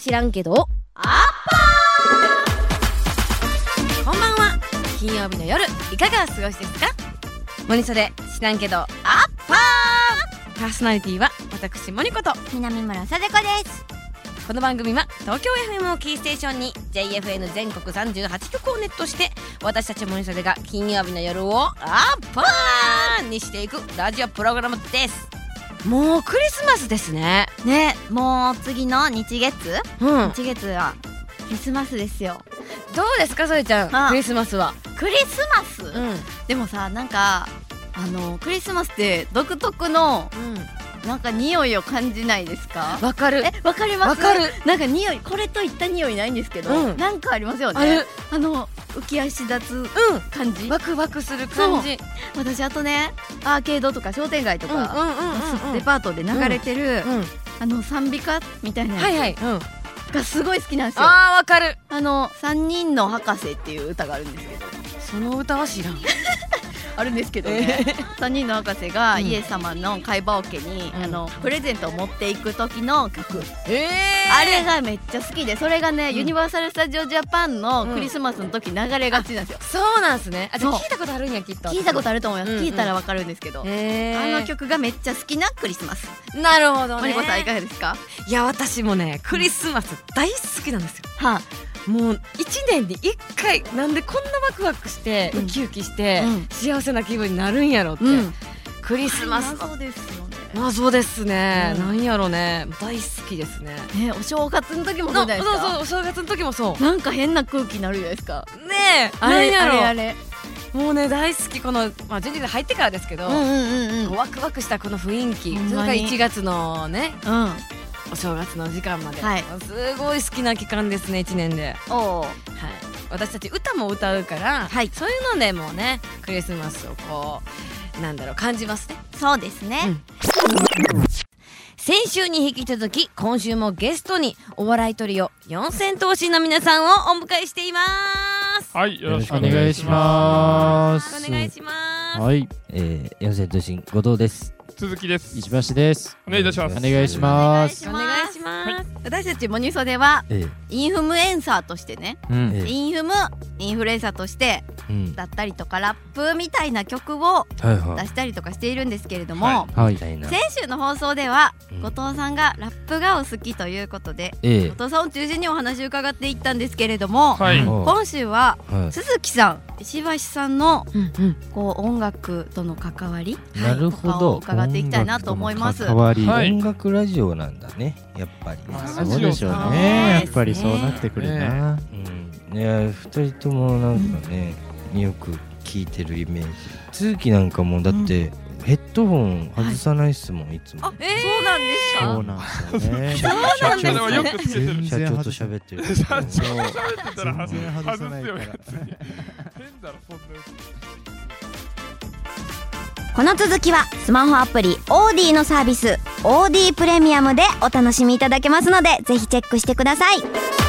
知らんけどあこんばんは金曜日の夜いかがお過ごしですかモニソレ知らんけどアッパーパーソナリティは私モニコと南村さでこですこの番組は東京 FM をキーステーションに JFN 全国38局をネットして私たちモニソレが金曜日の夜をアッパーにしていくラジオプログラムですもうクリスマスですねねもう次の日月うん日月はクリスマスですよどうですかそれちゃんあクリスマスはクリスマス、んうんでもさなんかあのクリスマスって独特のなんか匂いを感じないですかわかるえわかりますわかるなんか匂いこれといった匂いないんですけど、うんなんかありますよねあるあの浮き足立つうん感じワクワクする感じ私あとねアーケードとか商店街とか、うんデパートで流れてる、うんうんあの賛美歌みたいなはいはやい、うん、あつがすごい好きなんですよ、あーわかるあの三人の博士っていう歌があるんですけどその歌は知らんあるんですけどね、三人の博士がうんイエス様の会話桶に、うんあのプレゼントを持っていく時の曲、ええあれがめっちゃ好きでそれがね、うんユニバーサル・スタジオ・ジャパンのクリスマスの時流れがちなんですよ、そうなんすねあじゃあそう聞いたことあるんやきっと聞いたことああると思います、うんうん聞いたらわかるんですけど、えあの曲曲がめっちゃ好きなクリスマスなるほどマねリコさんいかがですかいや私もねクリスマス大好きなんですよはもう一年に一回なんでこんなワクワクして、うんウキウキして、うん幸せな気分になるんやろって、うんクリクスマスのそうですよね謎ですね、うんなんやろね大好きですねねお正月の時もそうじゃないですそうかそうお正月の時もそうなんか変な空気になるじゃないですかねえあれなんやあれろあれもうね大好きこの、まあ、12月入ってからですけど、んうんうんワクワクしたこの雰囲気ほそんまれにから1月のねうんお正月の時間まで、はいすごい好きな期間ですね1年で、はい、おお私たち歌も歌うから、はいそういうのでもうねクリスマスをこうなんだろう感じますねそうですね、うん先週に引き続き今週もゲストにお笑いトリオ四千頭身の皆さんをお迎えしていますはい、よよろろししくくおお願願いいししまますお願いしますす。はい、えー、四千頭身後藤です。続きです。石橋です。お願いいたしますお願いします。お願いします、私たちモニソではえー、インフルエンサーとしてねうん、えー、インフムインフルエンサーとしてうん、だったりとかラップみたいな曲をはいは出したりとかしているんですけれども、ははい、みたいな。先週の放送ではうん後藤さんがラップがお好きということで、えー、後藤さんを中心にお話を伺っていったんですけれども、はい、うん今週はは鈴木さん石橋さんのうんうんこう音楽との関わりい、なるほとど。かを伺っていきたいなと思います音楽との関わり、はい音楽ラジオなんだね、やっぱりね。まあそラうジオでしょうね、やっぱりそうなってくるな。うん、いや、二人ともなんかね、よく聞いてるイメージ。通期なんかもだって、ヘッドホン外さないっすもん、いつも。えー、そうなんですそかうなんですよね。そうなんですね社長よくつけてる社長と喋ってる。社長が 喋ってたら全然外外さすないかよ、らやつに。変だろ、そんなやつ。この続きはスマホアプリオーディのサービスオーディプレミアムでお楽しみいただけますのでぜひチェックしてください